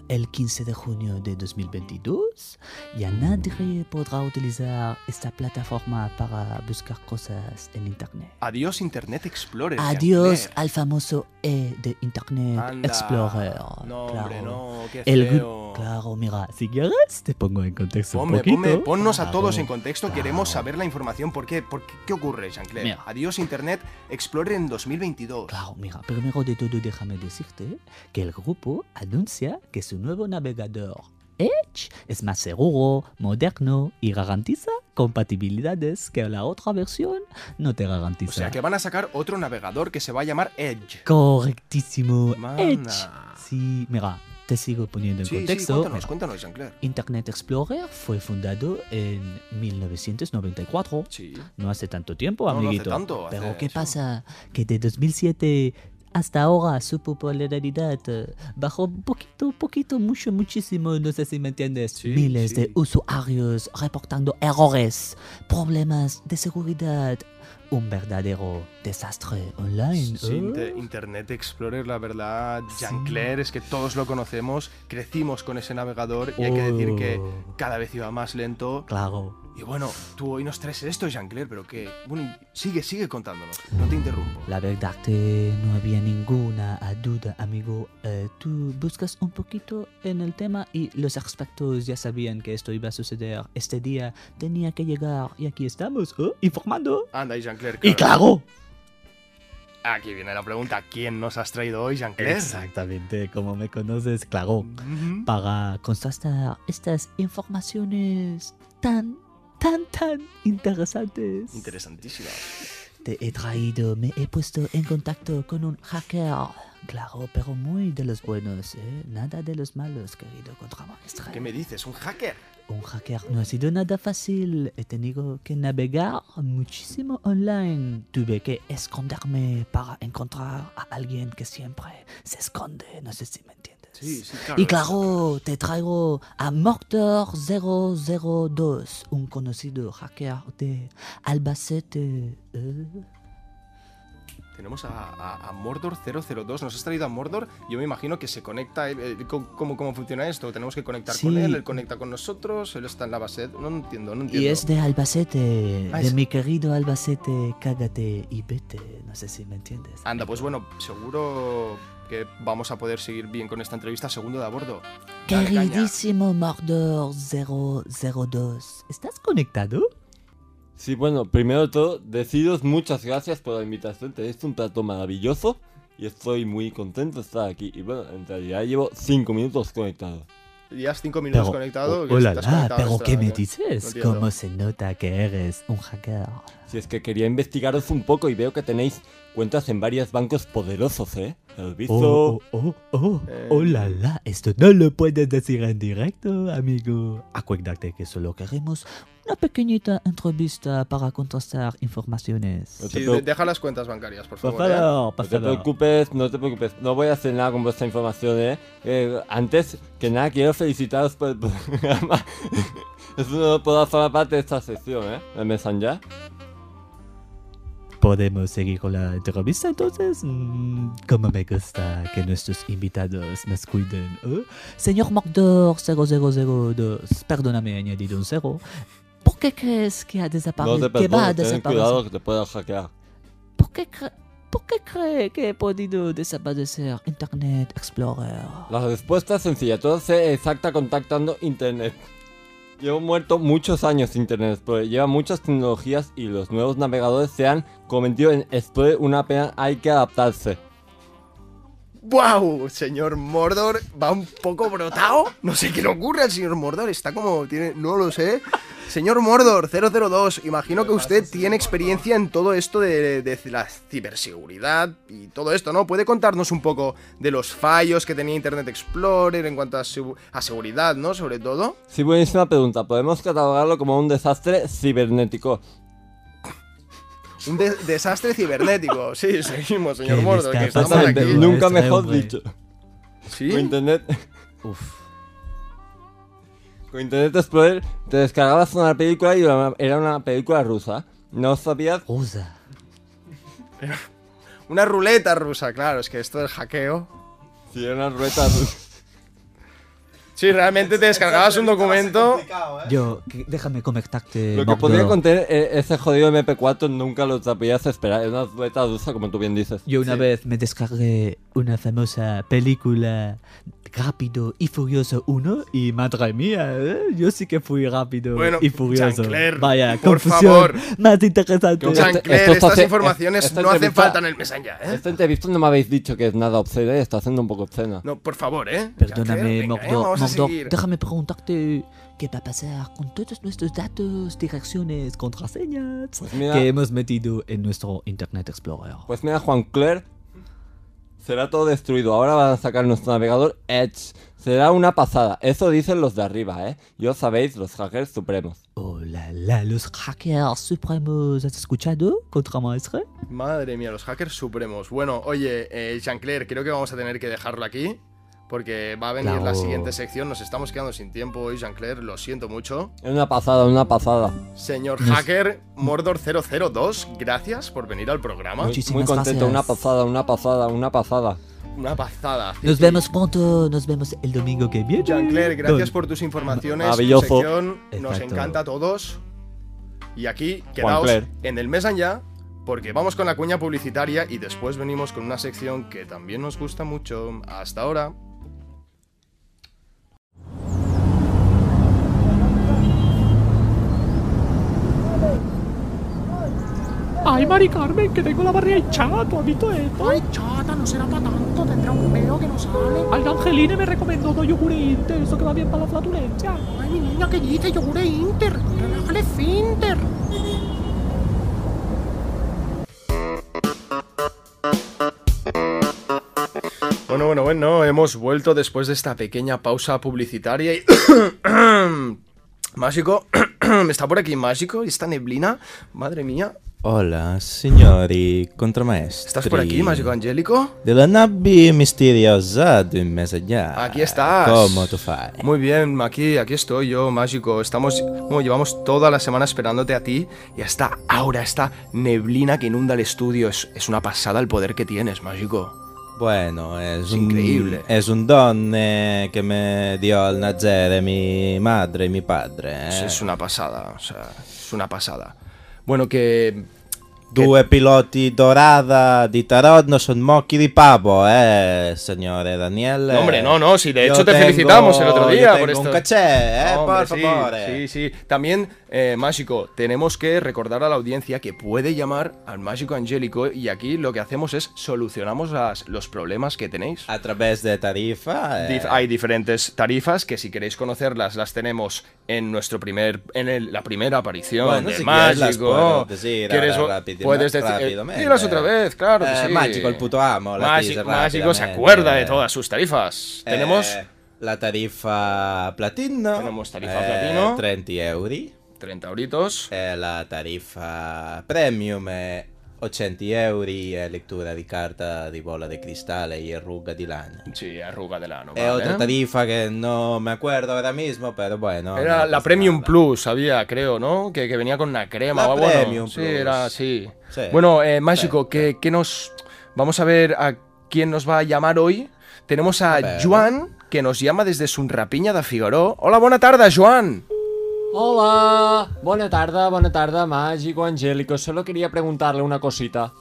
Speaker 6: el 15 de junio de 2022. Ya nadie podrá utilizar esta plataforma para buscar cosas en Internet.
Speaker 1: Adiós, Internet Explorer.
Speaker 6: Adiós
Speaker 1: Jean-Claire.
Speaker 6: al famoso E de Internet
Speaker 1: Anda.
Speaker 6: Explorer.
Speaker 1: No,
Speaker 6: claro.
Speaker 1: hombre, no, qué
Speaker 6: El gru-
Speaker 1: feo.
Speaker 6: Claro, mira, si quieres te pongo en contexto un
Speaker 1: Ponme,
Speaker 6: poquito.
Speaker 1: ponme, ponnos a todos en
Speaker 6: Claro.
Speaker 1: contexto, queremos saber la información. ¿Por qué? ¿Por qué, ¿Qué ocurre, Jean-Claire?
Speaker 4: Mira.
Speaker 1: Adiós, Internet Explorer en 2022.
Speaker 6: Claro, Oh, mira, primero de todo déjame decirte que el grupo anuncia que su nuevo navegador Edge es más seguro, moderno y garantiza compatibilidades que la otra versión no te garantiza.
Speaker 1: O sea, que van a sacar otro navegador que se va a llamar Edge.
Speaker 6: Correctísimo,
Speaker 1: Mana.
Speaker 6: Edge. Sí, mira, te sigo poniendo en
Speaker 1: Sí, sí,
Speaker 6: contexto.
Speaker 1: cuéntanos,
Speaker 6: Mira,
Speaker 1: cuéntanos, Jean-Claire.
Speaker 6: Internet Explorer fue fundado en 1994.
Speaker 1: Sí.
Speaker 6: No hace tanto tiempo,
Speaker 1: No, no hace
Speaker 6: amiguito.
Speaker 1: tanto, hace-
Speaker 6: Pero ¿qué
Speaker 1: sí.
Speaker 6: pasa? Que de 2007 hasta ahora su popularidad eh, bajó poquito, poquito, mucho, muchísimo. No sé si me entiendes.
Speaker 1: Sí,
Speaker 6: Miles
Speaker 1: sí.
Speaker 6: de usuarios reportando errores, problemas de seguridad. Un verdadero desastre online.
Speaker 1: Sí,
Speaker 6: ¿eh?
Speaker 1: Inter- Internet Explorer, la verdad, Jean-Claire, es que todos lo conocemos, crecimos con ese navegador y hay que decir que
Speaker 6: Oh,
Speaker 1: cada vez iba más lento.
Speaker 6: Claro.
Speaker 1: Y bueno, tú hoy nos traes esto, Jean-Claire, pero que... Bueno, y sigue, sigue contándonos, no te interrumpo.
Speaker 6: La verdad que no había ninguna duda, amigo. Eh, tú buscas un poquito en el tema y los expertos ya sabían que esto iba a suceder. Este día tenía que llegar y aquí estamos, ¿eh? informando.
Speaker 1: Anda ahí, Jean-Claire.
Speaker 6: Y claro.
Speaker 1: Aquí viene la pregunta, ¿quién nos has traído hoy, Jean-Claire?
Speaker 6: Exactamente, como me conoces, claro.
Speaker 1: Ujú.
Speaker 6: Para contrastar estas informaciones tan, tan, tan interesantes.
Speaker 1: Interesantísima.
Speaker 6: Te he traído, me he puesto en contacto con un hacker. Claro, pero muy de los buenos, ¿eh? Nada de los malos, querido contramaestre.
Speaker 1: ¿Qué me dices? ¿Un hacker?
Speaker 6: Un hacker no ha sido nada fácil. He tenido que navegar muchísimo online. Tuve que esconderme para encontrar a alguien que siempre se esconde. No sé si me entiendes.
Speaker 1: sí,
Speaker 6: Y claro, te traigo a Mortor002, un conocido hacker de Albacete. ¿eh?
Speaker 1: Tenemos a, a- a Mordor 002. Nos has traído a Mordor. Yo me imagino que se conecta. eh, eh, ¿cómo, cómo- cómo funciona esto? Tenemos que conectar con
Speaker 6: Sí.
Speaker 1: él. Él conecta con nosotros. Él está en la base. No entiendo, no entiendo.
Speaker 6: Y es de Albacete,
Speaker 1: Ah,
Speaker 6: de
Speaker 1: es-
Speaker 6: mi querido Albacete, cágate y vete. No sé si me entiendes.
Speaker 1: Anda, pues bueno, seguro que vamos a poder seguir bien con esta entrevista. Segundo de a bordo. Dale caña.
Speaker 6: Queridísimo Mordor002, ¿estás conectado?
Speaker 7: Sí, bueno, primero de todo, deciros muchas gracias por la invitación. Tenéis un trato maravilloso y estoy muy contento de estar aquí. Y bueno, en realidad llevo 5 minutos conectado.
Speaker 1: Llevas cinco minutos
Speaker 6: Pero-
Speaker 1: conectado. que
Speaker 6: Hola,
Speaker 1: estás
Speaker 6: la,
Speaker 1: conectado
Speaker 6: pero
Speaker 1: hasta-
Speaker 6: ¿qué me
Speaker 1: no
Speaker 6: dices?
Speaker 1: entiendo.
Speaker 6: ¿Cómo se nota que eres un hacker?
Speaker 7: Si es que quería investigaros un poco y veo que tenéis cuentas en varios bancos poderosos, ¿eh? El Bizo,
Speaker 6: Oh, oh, oh, oh,
Speaker 1: Eh.
Speaker 6: oh, la, la, esto no lo puedes decir en directo, amigo. Acuérdate que solo queremos una pequeñita entrevista para contrastar informaciones.
Speaker 7: No te
Speaker 1: Sí, de-
Speaker 7: preocupes.
Speaker 1: Eh, deja las cuentas bancarias, por
Speaker 6: Por
Speaker 1: favor. ¿eh?
Speaker 6: favor, por
Speaker 7: No te
Speaker 6: favor.
Speaker 7: preocupes, no te preocupes. No voy a hacer nada con vuestra información, ¿eh? Eh, antes que nada, quiero felicitaros por el programa. es uno no puedo formar parte de esta sección, ¿eh? ¿Me besan ya?
Speaker 6: ¿Podemos seguir con la entrevista entonces? Mm, como me gusta que nuestros invitados nos cuiden. ¿eh? Señor Mordor 0002, perdóname, he añadido un cero. ¿Por qué crees que ha
Speaker 7: No
Speaker 6: desaparecido?
Speaker 7: te
Speaker 6: que va a
Speaker 7: perdono, ten
Speaker 6: desaparecer?
Speaker 7: cuidado que te puedo hackear.
Speaker 6: ¿Por qué, cre- por qué cree que he podido desaparecer Internet Explorer?
Speaker 7: La respuesta es sencilla, todo se exacta contactando Internet. Llevo muerto muchos años Internet Explorer, lleva muchas tecnologías y los nuevos navegadores se han convertido en Explorer, una pena, hay que adaptarse.
Speaker 1: ¡Wow! Señor Mordor va un poco brotado. No sé qué le ocurre al señor Mordor. Está como. Tiene, no lo sé. Señor Mordor 002, imagino que usted tiene experiencia en todo esto de, de la ciberseguridad y todo esto, ¿no? ¿Puede contarnos un poco de los fallos que tenía Internet Explorer en cuanto a, su- a seguridad, ¿no? Sobre todo.
Speaker 7: Sí, buenísima pregunta, podemos catalogarlo como un desastre cibernético.
Speaker 1: Un de- desastre cibernético. Sí, seguimos, señor
Speaker 6: ¿Qué
Speaker 1: Mordor,
Speaker 6: les
Speaker 1: que
Speaker 6: está
Speaker 1: estamos
Speaker 7: Exactamente,
Speaker 1: aquí.
Speaker 6: pasando?
Speaker 7: nunca
Speaker 6: Este
Speaker 7: mejor
Speaker 6: hombre.
Speaker 7: dicho. Con
Speaker 1: Sí.
Speaker 7: Internet,
Speaker 6: Uf.
Speaker 7: con Internet Explorer te descargabas una película y era una- era una película rusa. No sabías
Speaker 6: Rosa.
Speaker 1: Una ruleta rusa, claro, es que esto del hackeo.
Speaker 7: si era una ruleta rusa.
Speaker 1: Sí, realmente te descargabas un documento.
Speaker 6: Yo, que- déjame conectarte.
Speaker 7: Lo que
Speaker 6: Mordor.
Speaker 7: podría contener eh, ese jodido MP4 nunca lo sabías esperar. Es una beta rusa, como tú bien dices.
Speaker 6: Yo una vez me descargué una famosa película Rápido y Furioso 1 y madre mía, ¿eh? yo sí que fui rápido
Speaker 1: Bueno,
Speaker 6: y furioso.
Speaker 1: Chancler,
Speaker 6: Vaya,
Speaker 1: por
Speaker 6: confusión.
Speaker 1: favor.
Speaker 6: Más interesante.
Speaker 7: Creo que-
Speaker 1: Chancler,
Speaker 7: Esto- esto
Speaker 1: estas
Speaker 7: hace-
Speaker 1: informaciones
Speaker 7: esta
Speaker 1: no hacen
Speaker 7: entrevista-
Speaker 1: falta en el Messenger, ¿eh?
Speaker 7: Esta entrevista no me habéis dicho que es nada obscena y está haciendo un poco obscena.
Speaker 1: No, por favor, ¿eh?
Speaker 6: Perdóname,
Speaker 1: Chancler, venga, ¿eh?
Speaker 6: Mordor,
Speaker 1: Vamos a
Speaker 6: Mordor,
Speaker 1: seguir.
Speaker 6: déjame preguntarte qué va a pasar con todos nuestros datos, direcciones, contraseñas
Speaker 7: Pues mira-
Speaker 6: que hemos metido en nuestro Internet Explorer.
Speaker 7: Pues mira, Juan Claire, será todo destruido. Ahora van a sacar nuestro navegador Edge. Será una pasada. Eso dicen los de arriba, ¿eh? Yo sabéis, los hackers supremos.
Speaker 6: Oh la la, los hackers supremos, ¿has escuchado? Contra maestre.
Speaker 1: Madre mía, los hackers supremos. Bueno, oye, eh, Chancler, creo que vamos a tener que dejarlo aquí. Porque va a venir la
Speaker 6: Claro.
Speaker 1: siguiente sección. Nos estamos quedando sin tiempo hoy, Chancler. Lo siento mucho.
Speaker 7: Es una pasada, una pasada.
Speaker 1: Señor hacker, Mordor 002, gracias por venir al programa.
Speaker 7: Muy,
Speaker 6: Muchísimas
Speaker 7: muy contento,
Speaker 6: gracias.
Speaker 7: una pasada, una pasada, una pasada.
Speaker 1: Una pasada.
Speaker 6: Nos vemos pronto, nos vemos el domingo que viene.
Speaker 1: Jean-Claire, gracias
Speaker 6: Don-
Speaker 1: por tus informaciones.
Speaker 7: Maravilloso.
Speaker 1: Tu sección nos
Speaker 6: Exacto.
Speaker 1: encanta a todos. Y aquí quedaos
Speaker 7: Claire.
Speaker 1: en el mes ya, porque vamos con la cuña publicitaria y después venimos con una sección que también nos gusta mucho. Hasta ahora.
Speaker 8: Ay, Mari Carmen, que tengo la barriga hinchada, ¿tú has visto esto?
Speaker 9: Ay, chata, no será para tanto, tendrá un pelo que no sale.
Speaker 8: Ay, la Angeline me recomendó dos yogures Inter, eso que va bien para la flatulencia.
Speaker 9: Ay, mi niña, que dices? Yo juré Inter, relájale Finter.
Speaker 1: bueno, bueno, hemos vuelto después de esta pequeña pausa publicitaria y... Mágico, está por aquí Mágico y esta neblina, madre mía.
Speaker 3: Hola, signori, contramaestri.
Speaker 1: ¿Estás por aquí, Mágico Angélico?
Speaker 3: Della nave misteriosa di un mese già.
Speaker 1: Aquí estás.
Speaker 3: ¿Cómo tú fai?
Speaker 1: Muy bien, aquí, aquí estoy yo, Mágico. Estamos, bueno, llevamos toda la semana esperándote a ti y hasta ahora esta neblina que inunda el estudio es, es una pasada el poder que tienes, Mágico.
Speaker 3: Bueno, es,
Speaker 1: Es
Speaker 3: un,
Speaker 1: increíble.
Speaker 3: Es un don eh, che me dio al nacere mi madre e mi padre.
Speaker 1: Es,
Speaker 3: eh.
Speaker 1: es una pasada, o sea, es una pasada. Bueno, que
Speaker 3: Due piloti dorada di tarot no son mochi di pavo, eh, signore Daniele.
Speaker 1: No, hombre, no, no, sí, de
Speaker 3: eh, Yo
Speaker 1: hecho te
Speaker 3: tengo-
Speaker 1: felicitamos el otro
Speaker 3: yo
Speaker 1: día
Speaker 3: tengo
Speaker 1: por esto.
Speaker 3: un caché, eh,
Speaker 1: Hombre,
Speaker 3: por
Speaker 1: sí,
Speaker 3: favor.
Speaker 1: Sí, sí. También, eh, Mágico, tenemos que recordar a la audiencia que puede llamar al Mágico Angélico y aquí lo que hacemos es solucionamos las- los problemas que tenéis.
Speaker 3: A través de tarifa. eh.
Speaker 1: Dif- Hay diferentes tarifas que si queréis conocerlas las tenemos en nuestro primer en el- la primera aparición
Speaker 3: Bueno,
Speaker 1: del
Speaker 3: si quieres las
Speaker 1: mágico.
Speaker 3: puedo decir
Speaker 1: ¿Quieres
Speaker 3: ahora
Speaker 1: vo-
Speaker 3: rápido-
Speaker 1: puedes decir eh,
Speaker 3: rápidamente.
Speaker 1: dilas otra vez, claro que
Speaker 3: Eh,
Speaker 1: sí.
Speaker 3: Mágico, el puto amo, las
Speaker 1: Mágico-
Speaker 3: dices
Speaker 1: mágico se
Speaker 3: rápidamente.
Speaker 1: acuerda de todas sus tarifas.
Speaker 3: Eh,
Speaker 1: Tenemos
Speaker 3: la tarifa platino.
Speaker 1: Tenemos tarifa platino.
Speaker 3: 30 euri.
Speaker 1: 30 euritos.
Speaker 3: Eh, la tarifa premium è 80 euri, eh, lettura di carta di bolla di cristallo e ruga di lana.
Speaker 1: Sí, arruga de lano.
Speaker 3: È
Speaker 1: vale.
Speaker 3: otra tarifa che non mi acuerdo ahora mismo, pero bueno.
Speaker 1: Era
Speaker 3: no
Speaker 1: la
Speaker 3: pasa
Speaker 1: Premium
Speaker 3: nada.
Speaker 1: Plus, había, creo, ¿no? Que, que venía con una crema
Speaker 3: La
Speaker 1: o algo, bueno,
Speaker 3: Premium
Speaker 1: Sí,
Speaker 3: Plus.
Speaker 1: era así.
Speaker 3: Sí.
Speaker 1: Bueno, eh, Mágico,
Speaker 3: Sí.
Speaker 1: ¿qué, qué nos. Vamos a ver a quién nos va a llamar hoy. Tenemos a,
Speaker 3: ver.
Speaker 1: Joan, que nos llama desde Sunrapiña de Figueró. Hola, buena tarde, Joan.
Speaker 10: Hola, bona tarda, bona tarda, Mágico Angélico. Solo quería preguntarle una cosita.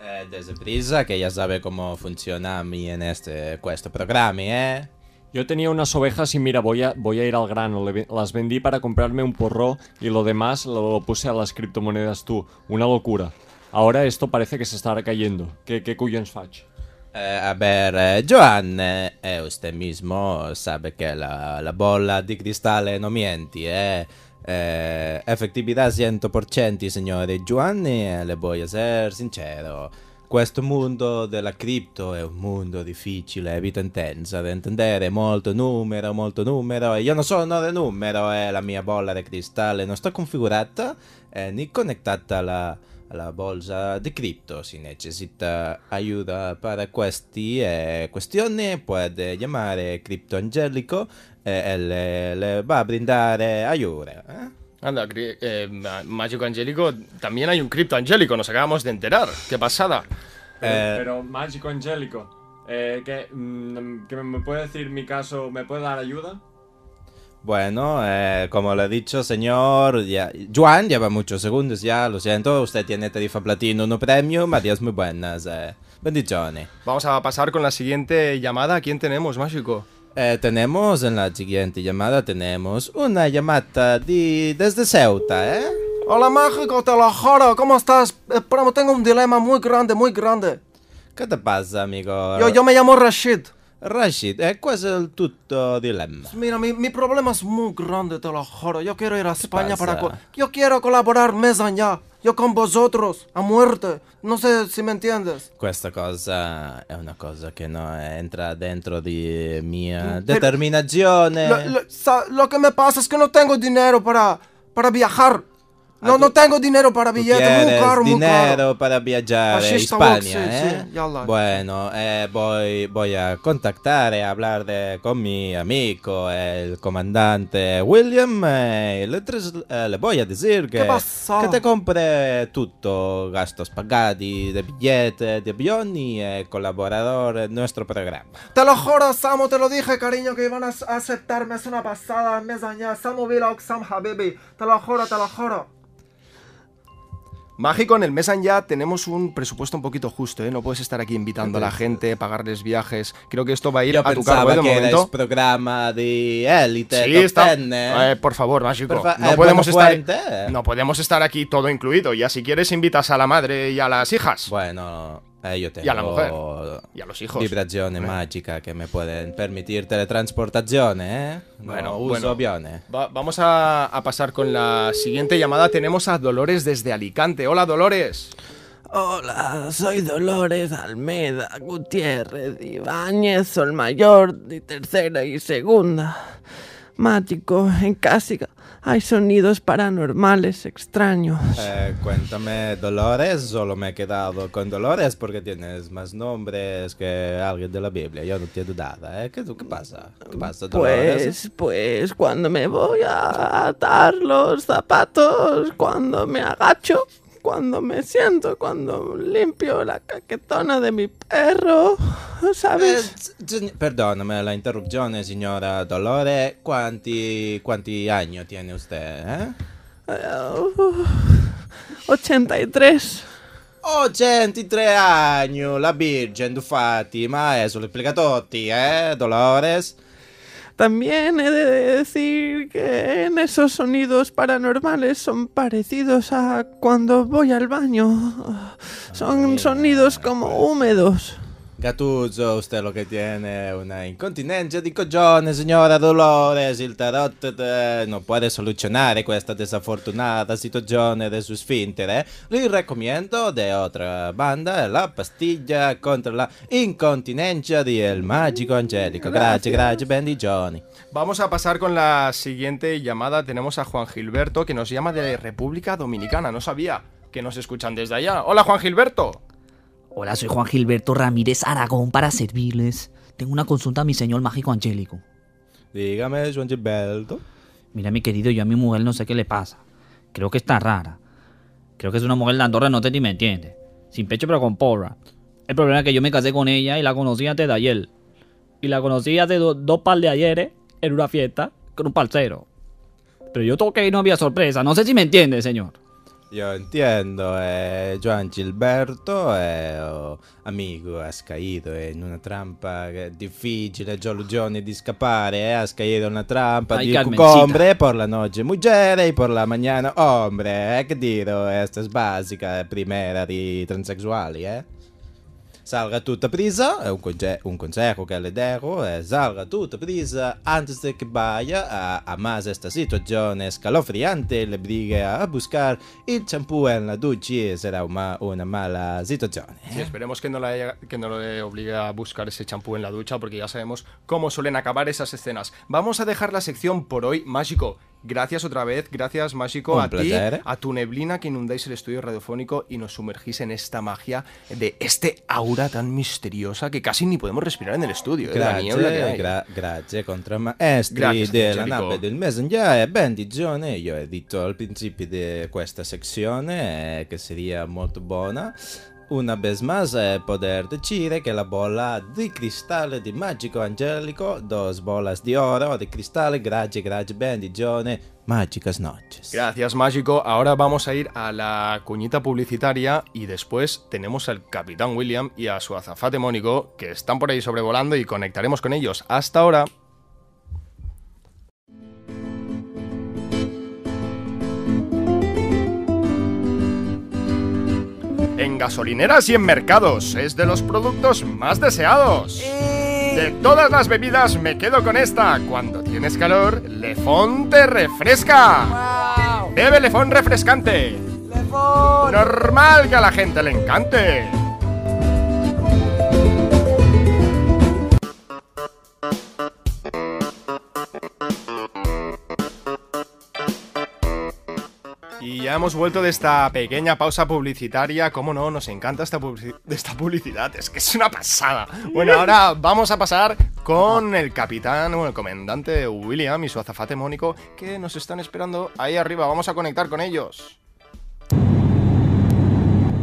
Speaker 3: Eh, desde prisa, que ya sabe cómo funciona a mí en este, questo programma, ¿eh?
Speaker 10: Yo tenía unas ovejas y mira, voy a, voy a ir al grano. Le ve- Las vendí para comprarme un porro y lo demás lo, lo puse a las criptomonedas tú. Una locura. Ahora esto parece que se estará cayendo. ¿Qué, qué cuyons faig?
Speaker 3: Eh, a ver, eh, Joan, eh, eh, usted mismo sabe que la, la bolla di cristallo no miente, ¿eh? Eh, efectividad 100%, signore Giovanni, eh, le voy a ser sincero. Questo mondo della cripto è un mondo difficile, è vita intensa da intendere, molto numero, molto numero, e io non sono del numero, eh, la mia bolla di cristallo non sta configurata eh, né connettata alla, alla borsa di cripto. Se necessita aiuto per queste eh, questioni, può chiamare Crypto Angelico eh, e le, le va a brindare aiuto. eh.
Speaker 1: Anda, cri- eh, ma- Mágico Angélico, también hay un cripto angélico, nos acabamos de enterar. ¡Qué pasada!
Speaker 3: Eh.
Speaker 10: Pero, Mágico Angélico, eh, ¿qué, mm, ¿qué me puede decir mi caso? ¿Me puede dar ayuda?
Speaker 3: Bueno, eh, como le he dicho, señor, ya, Juan lleva muchos segundos ya, lo siento, usted tiene tarifa platino, no premium, adiós muy buenas, eh. bendiciones.
Speaker 1: Vamos a pasar con la siguiente llamada. ¿A quién tenemos, Mágico?
Speaker 3: Eh, tenemos en la siguiente llamada, tenemos una llamada de, desde Ceuta, ¿eh?
Speaker 1: Hola, Mágico, te lo juro. ¿Cómo estás? Pero tengo un dilema muy grande, muy grande.
Speaker 3: ¿Qué te pasa, amigo?
Speaker 1: Yo, yo me llamo Rashid.
Speaker 3: Rashid, eh, ¿cuál es el tutto dilemma?
Speaker 1: Mira, mi, mi problema es muy grande, te lo juro. Yo quiero ir a España
Speaker 3: pasa?
Speaker 1: para... co- Yo quiero colaborar mes allá. Yo con vosotros, a muerte. No sé si me entiendes.
Speaker 3: Questa cosa è una cosa che non entra dentro di mia determinazione.
Speaker 1: Lo, lo- sa- lo que me pasa es que no tengo dinero para, para viajar. No, no tengo dinero para
Speaker 3: Tu
Speaker 1: billetes. Muy
Speaker 3: quieres
Speaker 1: caro, muy caro.
Speaker 3: dinero para viajar a
Speaker 1: Fascista
Speaker 3: España,
Speaker 1: box, sí,
Speaker 3: ¿eh?
Speaker 1: sí, ya la-
Speaker 3: Bueno, eh, voy, voy a contactar y hablar de- con mi amigo, el comandante William, eh, y le, tras- eh, le voy a decir que,
Speaker 1: pasa?
Speaker 3: que te compre tutto, gastos pagati, de billetes, de avión y eh, colaborador en nuestro programa.
Speaker 1: Te lo juro, Samu, te lo dije, cariño, que iban a a aceptarme. Es una pasada, mes allá. Samu Vilok, Sam Habibi. Te lo juro, te lo juro. Mágico, en el Mesan ya tenemos un presupuesto un poquito justo, ¿eh? No puedes estar aquí invitando a la gente, pagarles viajes. Creo que esto va a ir
Speaker 3: Yo
Speaker 1: a tu cargo
Speaker 3: pensaba
Speaker 1: ¿eh? de
Speaker 3: que era
Speaker 1: momento.
Speaker 3: programa de élite.
Speaker 1: Sí,
Speaker 3: top
Speaker 1: está.
Speaker 3: ten, ¿eh?
Speaker 1: Eh, por favor, Mágico.
Speaker 3: Por fa-
Speaker 1: no,
Speaker 3: eh,
Speaker 1: podemos
Speaker 3: buena
Speaker 1: estar,
Speaker 3: fuente.
Speaker 1: no podemos estar aquí todo incluido. Ya si quieres, invitas a la madre y a las hijas.
Speaker 3: Bueno, eh, yo tengo...
Speaker 1: Y a la mujer. Y a los hijos.
Speaker 3: Vibrazione magica che mi pueden permitir teletransportazione, eh? No,
Speaker 1: Bueno,
Speaker 3: uso
Speaker 1: bueno.
Speaker 3: avione.
Speaker 1: Va- vamos a, a pasar con la siguiente llamada. Tenemos a Dolores desde Alicante. Hola, Dolores.
Speaker 11: Hola, soy Dolores Almeda Gutiérrez Ibáñez, Sol Mayor de tercera y segunda. Mático, en Cásica hay sonidos paranormales extraños.
Speaker 3: Eh, cuéntame, Dolores, solo me he quedado con Dolores porque tienes más nombres que alguien de la Biblia. Yo no entiendo nada, ¿eh? ¿Qué, qué pasa? ¿Qué pasa, Dolores?
Speaker 11: Pues, pues cuando me voy a atar los zapatos, cuando me agacho, cuando me siento, cuando limpio la caquetona de mi perro, ¿sabes?
Speaker 3: Eh, s- s- perdóname la interrupción, signora Dolores. ¿Cuánti, cuánti años tiene usted, eh?
Speaker 11: Uh, 83.
Speaker 3: 83 anni, Oh, la Virgen, infatti, ma eso lo explica tutti, eh, Dolores?
Speaker 11: También he de decir que en esos sonidos paranormales son parecidos a cuando voy al baño. Son sonidos como húmedos.
Speaker 3: Gattuso, usted lo che tiene una incontinenza di coglione, signora Dolores, il tarot eh, non può soluzionare questa desafortunata situazione del suo sfintere. Le raccomando di altra banda la pastiglia contro la incontinenza di El Magico Angelico. Grazie, grazie, bendigioni.
Speaker 1: Vamos a pasar con la siguiente llamada. Tenemos a Juan Gilberto que nos llama de República Dominicana. No sabía que nos escuchan desde allá. Hola, Juan Gilberto.
Speaker 4: Hola, soy Juan Gilberto Ramírez Aragón para servirles. Tengo una consulta a mi señor mágico angélico.
Speaker 3: Dígame, Juan Gilberto.
Speaker 4: Mira, mi querido, yo a mi mujer no sé qué le pasa. Creo que está rara. Creo que es una mujer de Andorra, no te ni me entiende. Sin pecho, pero con porra. El problema es que yo me casé con ella y la conocí antes de ayer. Y la conocí hace do- dos par de ayeres en una fiesta con un parcero. Pero yo toqué y no había sorpresa. No sé si me entiende, señor.
Speaker 3: Yo entiendo, eh, Juan Gilberto, eh, oh, amigo, has caído in una trampa eh, difficile, giorni di scappare, eh, has caído in una trampa
Speaker 4: Ay,
Speaker 3: di
Speaker 4: Carmencita.
Speaker 3: cucombre, por la noche mujer y por la mañana hombre, eh, che dico, esta es básica, eh, primera di transexuali, eh. Salga tutta prisa, è un, conge- un consejo che le dejo, eh, salga tutta prisa antes de que vaya a, a más esta situazione escalofriante, le brigue a buscar il champú en la ducha, sarà una, una mala situazione.
Speaker 1: Y esperemos que no, la haya- que no le obligue a buscar ese champú en la ducha porque ya sabemos cómo suelen acabar esas escenas. Vamos a dejar la sección por hoy, Mágico. Gracias otra vez, gracias Mágico
Speaker 3: Un
Speaker 1: a ti,
Speaker 3: placer.
Speaker 1: a tu neblina que inundáis el estudio radiofónico y nos sumergís en esta magia de este aura tan misteriosa que casi ni podemos respirar en el estudio. ¿eh? La niebla que
Speaker 3: Grazie,
Speaker 1: hay.
Speaker 3: gra- grazie contro
Speaker 1: Grazie,
Speaker 3: maestri della
Speaker 1: Angelico.
Speaker 3: nave del messenger e benedizione. Io ho detto al principio di questa sezione eh, che sarebbe molto buona. Una vez más eh, poter decidere che la bolla di cristallo di magico angelico, dos bolas di oro di cristallo, grazie, grazie, benedizione, magicas noches.
Speaker 1: Gracias, Mágico. Ahora vamos a ir a la cuñita publicitaria y después tenemos al Capitán William y a su azafate Mónico que están por ahí sobrevolando y conectaremos con ellos. Hasta ahora. En gasolineras y en mercados es de los productos más deseados. De todas las bebidas me quedo con esta. Cuando tienes calor, Lefón te refresca. Bebe Lefón refrescante. Normal que a la gente le encante. Y ya hemos vuelto de esta pequeña pausa publicitaria. Cómo no, nos encanta esta, publici- esta publicidad. Es que es una pasada. Bueno, ahora vamos a pasar con el capitán, bueno, el comandante William y su azafate Mónico, que nos están esperando ahí arriba. Vamos a conectar con ellos.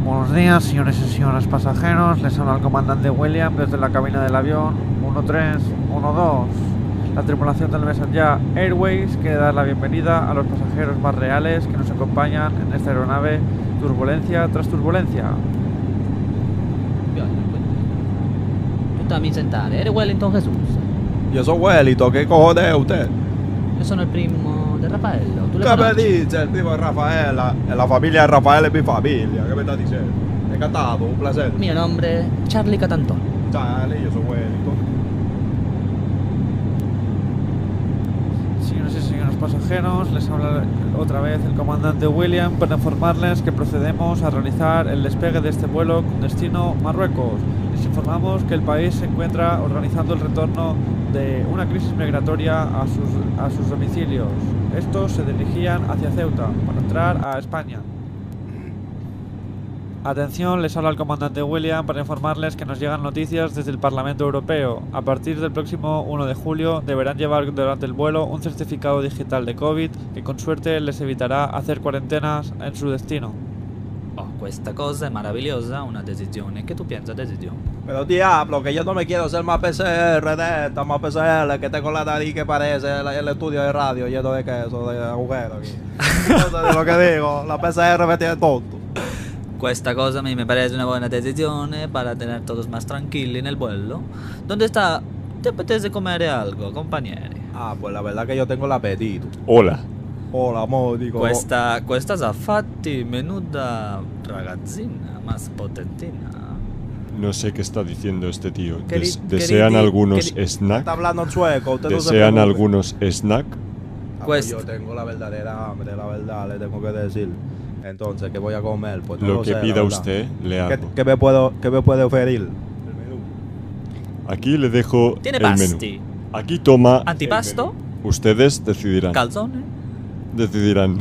Speaker 11: Buenos días, señores y señoras pasajeros. Les habla el comandante William desde la cabina del avión 1312. La tripulación del Messenger Airways quiere dar la bienvenida a los pasajeros más reales que nos acompañan en esta aeronave turbulencia tras turbulencia.
Speaker 4: Tú también sentaré. Eres Wellington Jesús.
Speaker 3: Io sono Wellito, che cojones è usted?
Speaker 4: Yo soy el primo de Rafael. ¿Tú le
Speaker 3: Che mi
Speaker 4: conoces?
Speaker 3: dice il primo è Raffaella e la famiglia è Raffaella è mia famiglia, che mi sta dicendo? È cantato, un piacere.
Speaker 4: Mi nombre es Charlie Catantón.
Speaker 3: Dale, io sono Wellington.
Speaker 11: Señores y señoras
Speaker 5: los pasajeros, les habla otra vez el comandante William para informarles que procedemos a realizar el despegue de este vuelo con destino Marruecos. Les informamos que el país se encuentra organizando el retorno de una crisis migratoria a sus, a sus domicilios. Estos se dirigían hacia Ceuta para entrar a España. Atención, les habla el comandante William para informarles que nos llegan noticias desde el Parlamento Europeo. A partir del próximo 1 de julio deberán llevar durante el vuelo un certificado digital de COVID que con suerte les evitará hacer cuarentenas en su destino.
Speaker 4: Oh, questa cosa è meravigliosa, una decisione. Che tu pensi, decisione?
Speaker 3: Pero diablo, que yo no me quiero ser más PCR de esta, más PCR, que tengo la nariz que parece el, el estudio de radio lleno de queso, de agujero aquí. No sé de lo que digo, la PCR me tiene tonto.
Speaker 4: Questa cosa mi mi parece una buona decisione para tener todos más tranquilli nel vuelo. ¿Dónde está? ¿Te apetece comer algo, compañero?
Speaker 3: Ah, pues la verdad que yo tengo el apetito.
Speaker 10: Hola.
Speaker 3: Hola, amor, digo.
Speaker 4: Questa, questa zaffatti menuda ragazzina, más potentina.
Speaker 10: No sé qué está diciendo este tío.
Speaker 4: Queri-
Speaker 10: Des- ¿Desean
Speaker 4: queridi-
Speaker 10: algunos
Speaker 4: queri-
Speaker 3: Está
Speaker 10: snack?
Speaker 3: hablando chueco, usted no se
Speaker 10: ¿Desean
Speaker 3: preocupe.
Speaker 10: algunos snack?
Speaker 3: Ah, pues
Speaker 4: Quest.
Speaker 3: yo tengo la verdadera hambre, la verdad, le tengo que decir. Entonces, ¿qué voy a comer? Pues no
Speaker 10: Lo que
Speaker 3: sé, la
Speaker 10: pida
Speaker 3: verdad.
Speaker 10: usted, le
Speaker 3: ¿Qué,
Speaker 10: hago.
Speaker 3: qué me puedo, ¿Qué me puede oferir?
Speaker 10: Aquí le dejo
Speaker 4: Tiene
Speaker 10: el menú.
Speaker 4: pasti.
Speaker 10: Aquí toma.
Speaker 4: Antipasto,
Speaker 10: Ustedes decidirán.
Speaker 4: calzone.
Speaker 10: Decidirán.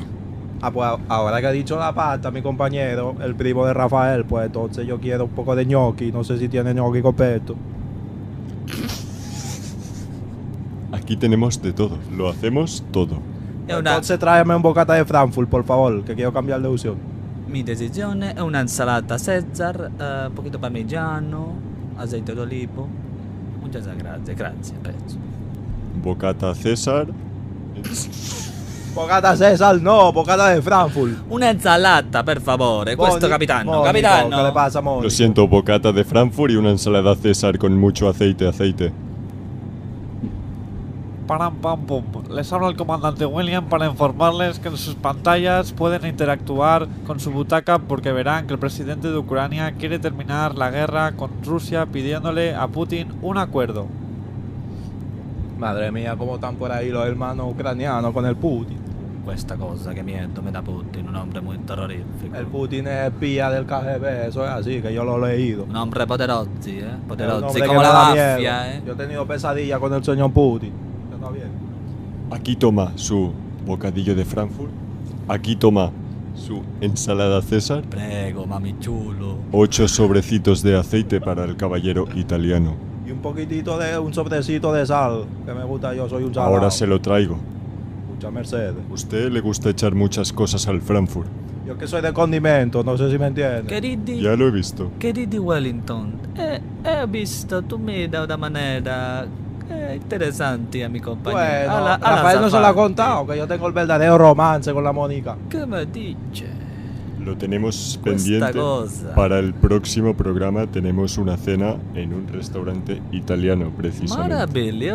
Speaker 3: Ah, pues a- ahora que ha dicho la pasta, mi compañero, el primo de Rafael, pues entonces yo quiero un poco de gnocchi. No sé si tiene gnocchi con pesto.
Speaker 10: Aquí tenemos de todo. Lo hacemos todo.
Speaker 4: È una,
Speaker 3: Pues Entonces tráeme un bocata de Frankfurt, por favor, que quiero cambiar de opción.
Speaker 4: mi decisione è un'insalata Cesar, eh, un pochino parmigiano, aceite d'olivo. Muchas grazie, grazie, prezzo.
Speaker 10: Bocata César.
Speaker 3: Bocata César, no, bocata de Frankfurt.
Speaker 4: Un'insalata, per favore, questo
Speaker 3: Boni-
Speaker 4: capitano,
Speaker 3: Mónico, ¿Qué le
Speaker 4: capitano.
Speaker 3: pasa, Mónico?
Speaker 10: Lo siento, bocata de Frankfurt y una ensalada César con mucho aceite, aceite.
Speaker 5: Param pam pum. Les habla el comandante William para informarles que en sus pantallas pueden interactuar con su butaca porque verán que el presidente de Ucrania quiere terminar la guerra con Rusia pidiéndole a Putin un acuerdo.
Speaker 3: Madre mía, cómo están por ahí los hermanos ucranianos con el Putin.
Speaker 4: Questa cosa che miedo mi da Putin, un hombre muy terrorifico.
Speaker 3: El Putin es espía del KGB, eso es así, que yo lo he leído.
Speaker 4: Un hombre poterozzi, eh?
Speaker 3: Es un
Speaker 4: Poterozzi
Speaker 3: hombre que
Speaker 4: come
Speaker 3: me
Speaker 4: la
Speaker 3: da
Speaker 4: mafia,
Speaker 3: miedo.
Speaker 4: eh?
Speaker 3: Yo he tenido pesadillas con el señor Putin. Ya está bien.
Speaker 10: Aquí toma su bocadillo de Frankfurt. Aquí toma su ensalada César.
Speaker 4: Prego, mamichulo.
Speaker 10: Ocho sobrecitos de aceite para el caballero italiano.
Speaker 3: Y un poquitito de un sobrecito de sal, que me gusta, yo soy un salado.
Speaker 10: Ahora se lo traigo.
Speaker 3: Muchas mercedes.
Speaker 10: Usted le gusta echar muchas cosas al Frankfurt.
Speaker 3: Yo es que soy de condimento, no sé si me entiendes.
Speaker 4: Queridi,
Speaker 10: Ya lo he visto.
Speaker 4: queridi Wellington, eh, eh, visto, tu mi da una manera eh, interesante a mi compañero.
Speaker 3: Bueno,
Speaker 4: Alla- alla
Speaker 3: Rafael no se lo ha
Speaker 4: Zafatti.
Speaker 3: contado, que yo tengo el verdadero romance con la Mónica.
Speaker 4: Che mi dice?
Speaker 10: Lo tenemos
Speaker 4: Questa
Speaker 10: pendiente.
Speaker 4: cosa.
Speaker 10: Para el próximo programa tenemos una cena en un restaurante italiano, precisamente.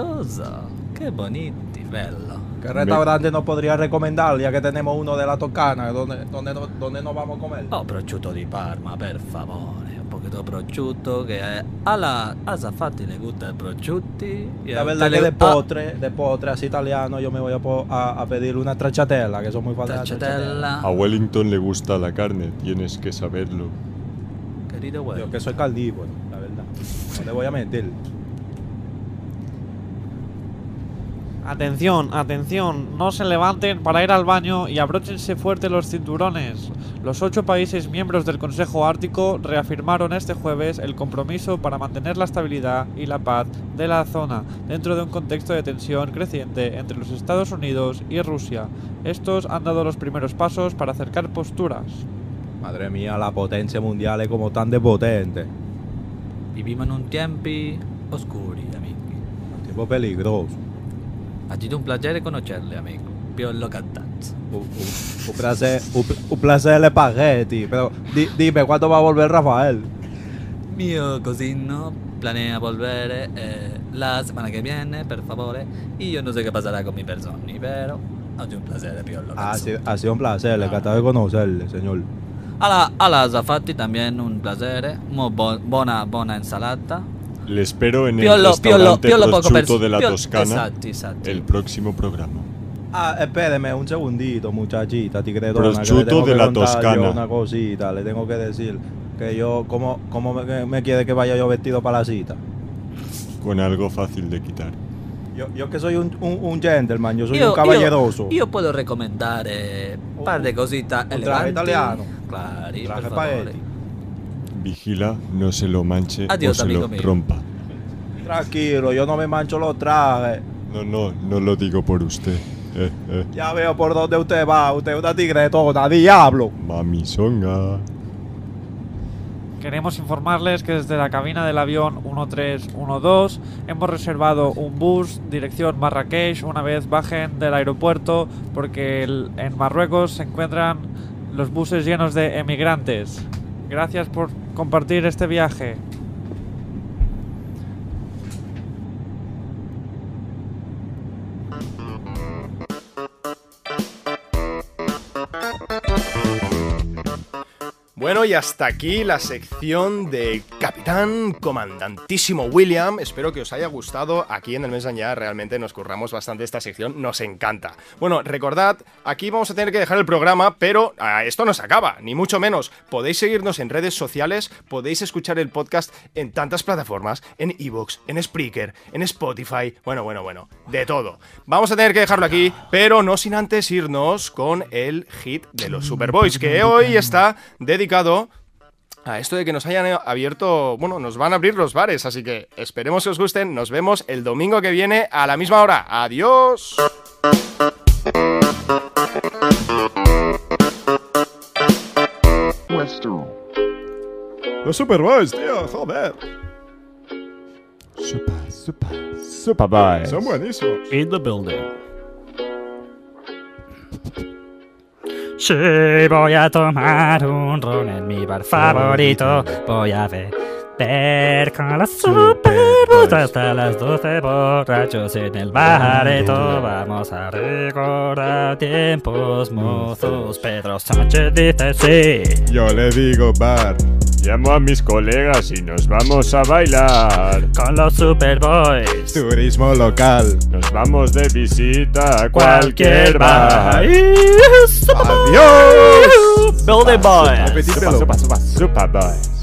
Speaker 4: Maravilloso. Che boniti, bello.
Speaker 3: ¿Qué restaurante nos podría recomendar, ya que tenemos uno de la Toscana, donde, donde, no- donde nos vamos a comer?
Speaker 4: Oh, prosciutto di Parma, per favore. Un pochino prosciutto che è alla Asafatti le gusta i prosciutti. e
Speaker 3: La
Speaker 4: a
Speaker 3: verdad
Speaker 4: te
Speaker 3: que
Speaker 4: le-
Speaker 3: de
Speaker 4: Ah,
Speaker 3: postre, de postre así italiano, yo me voy a, po- a- a pedir una stracciatella, que son muy fáciles.
Speaker 4: Stracciatella.
Speaker 10: A Wellington le gusta la carne, tienes que saberlo.
Speaker 4: Querido
Speaker 3: Yo
Speaker 4: Wellington.
Speaker 3: que soy caldívoro, la verdad. No te voy a mentir.
Speaker 5: Atención, atención, no se levanten para ir al baño y abróchense fuerte los cinturones. Los ocho países miembros del Consejo Ártico reafirmaron este jueves el compromiso para mantener la estabilidad y la paz de la zona dentro de un contexto de tensión creciente entre los Estados Unidos y Rusia. Estos han dado los primeros pasos para acercar posturas.
Speaker 3: Madre mía, la potencia mundial es como tan despotente.
Speaker 4: Vivimos in tempi oscuri, amici.
Speaker 3: Tipo peligroso.
Speaker 4: Ha sido un piacere conoscerli, amico. Piollo cantante.
Speaker 3: Un, un- un placer, un, pl- un placer el espagueti. Pero di- dime, ¿cuándo va a volver Rafael?
Speaker 4: Mio cosino planea volvere eh, la settimana che viene, per favore. Io non so che passerà con i miei personi, vero? Oggi è un piacere, Piollo
Speaker 3: Ha,
Speaker 4: cantante.
Speaker 3: si- ha sido un placer, encantado de conocerle, señor.
Speaker 4: Alla, alla Zafatti también un piacere. Mo bo- buona, buona insalata.
Speaker 10: Le espero en el
Speaker 4: Piolo, piolo,
Speaker 10: restaurante
Speaker 4: piolo poco
Speaker 10: prosciutto
Speaker 4: pers-
Speaker 10: de la
Speaker 4: piolo-
Speaker 10: Toscana
Speaker 4: Esatto, esatto.
Speaker 10: el próximo programa.
Speaker 3: Ah, espéreme un segundindito, muchachita, tigredona. que le
Speaker 10: Prosciutto
Speaker 3: tengo que
Speaker 10: de la
Speaker 3: contar yo
Speaker 10: Toscana.
Speaker 3: una cosita, le tengo que decir que yo, ¿cómo, cómo me, que me quiere que vaya yo vestido para la cita?
Speaker 10: Con algo fácil de quitar.
Speaker 3: Yo, yo que soy un, un, un gentleman, yo soy un caballeroso.
Speaker 4: Yo, puedo recomendar eh, un par de cositas
Speaker 3: traje
Speaker 4: elegantes.
Speaker 3: italiano.
Speaker 4: Claro, y
Speaker 3: Traje
Speaker 4: por favor,
Speaker 3: espagueti.
Speaker 10: Vigila, no se lo manche
Speaker 4: Adiós,
Speaker 10: o se lo
Speaker 4: amigo mío.
Speaker 10: rompa.
Speaker 3: Tranquilo, yo no me mancho los trajes.
Speaker 10: No, no, no lo digo por usted. Eh, eh.
Speaker 3: Ya veo por dónde usted va, usted es una tigretona, diablo.
Speaker 10: Mami songa.
Speaker 5: Queremos informarles que desde la cabina del avión 1312 hemos reservado un bus dirección Marrakech una vez bajen del aeropuerto porque el- en Marruecos se encuentran los buses llenos de emigrantes. Gracias por compartir este viaje.
Speaker 1: Bueno, y hasta aquí la sección del Capitán Comandantísimo William. Espero que os haya gustado. Aquí en el Mes ya realmente nos curramos bastante esta sección, nos encanta. Bueno, recordad, aquí vamos a tener que dejar el programa, pero ah, esto no se acaba, ni mucho menos. Podéis seguirnos en redes sociales, podéis escuchar el podcast en tantas plataformas, en Evox, en Spreaker, en Spotify, bueno, bueno, bueno, de todo. Vamos a tener que dejarlo aquí, pero no sin antes irnos con el hit de los Superboys, que hoy está dedicado a esto de que nos hayan abierto, bueno, nos van a abrir los bares, así que esperemos que os gusten, nos vemos el domingo que viene a la misma hora. Adiós.
Speaker 10: Los Superboys, tío, joder. Super, super, super. Son buenísimos.
Speaker 12: In the building. Sí, voy a tomar un ron en mi bar favorito. Voy a beber con los superboys hasta las 12 borrachos en el bareto. Vamos a recordar tiempos mozos. Pedro Sánchez dice sí.
Speaker 10: Yo le digo bar.
Speaker 12: Llamo a mis colegas y nos vamos a bailar. Con los superboys.
Speaker 10: Turismo local.
Speaker 12: Nos vamos de visita a
Speaker 10: cualquier bar.
Speaker 12: Adiós. Building Boy.
Speaker 10: Supa, supa, supa, supa, boys.